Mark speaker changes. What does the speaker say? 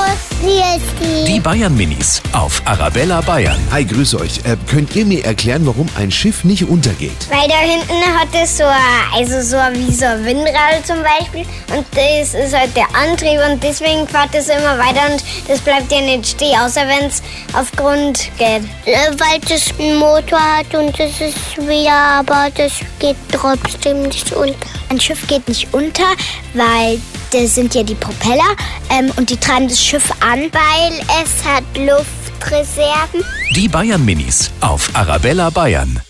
Speaker 1: Christi.
Speaker 2: Die Bayern Minis auf Arabella Bayern.
Speaker 3: Hi, grüß euch. Äh, könnt ihr mir erklären, warum ein Schiff nicht untergeht?
Speaker 1: Weil da hinten hat es so, ein- also so ein- wie so ein Windrad zum Beispiel. Und das ist halt der Antrieb und deswegen fährt es immer weiter und das bleibt ja nicht stehen, außer wenn es auf Grund geht. Äh, Weil das einen Motor hat und das ist wieder, aber das geht trotzdem nicht unter.
Speaker 4: Ein Schiff geht nicht unter, weil das sind ja die Propeller ähm, und die treiben das Schiff an.
Speaker 1: Weil es hat Luftreserven.
Speaker 2: Die Bayern Minis auf Arabella Bayern.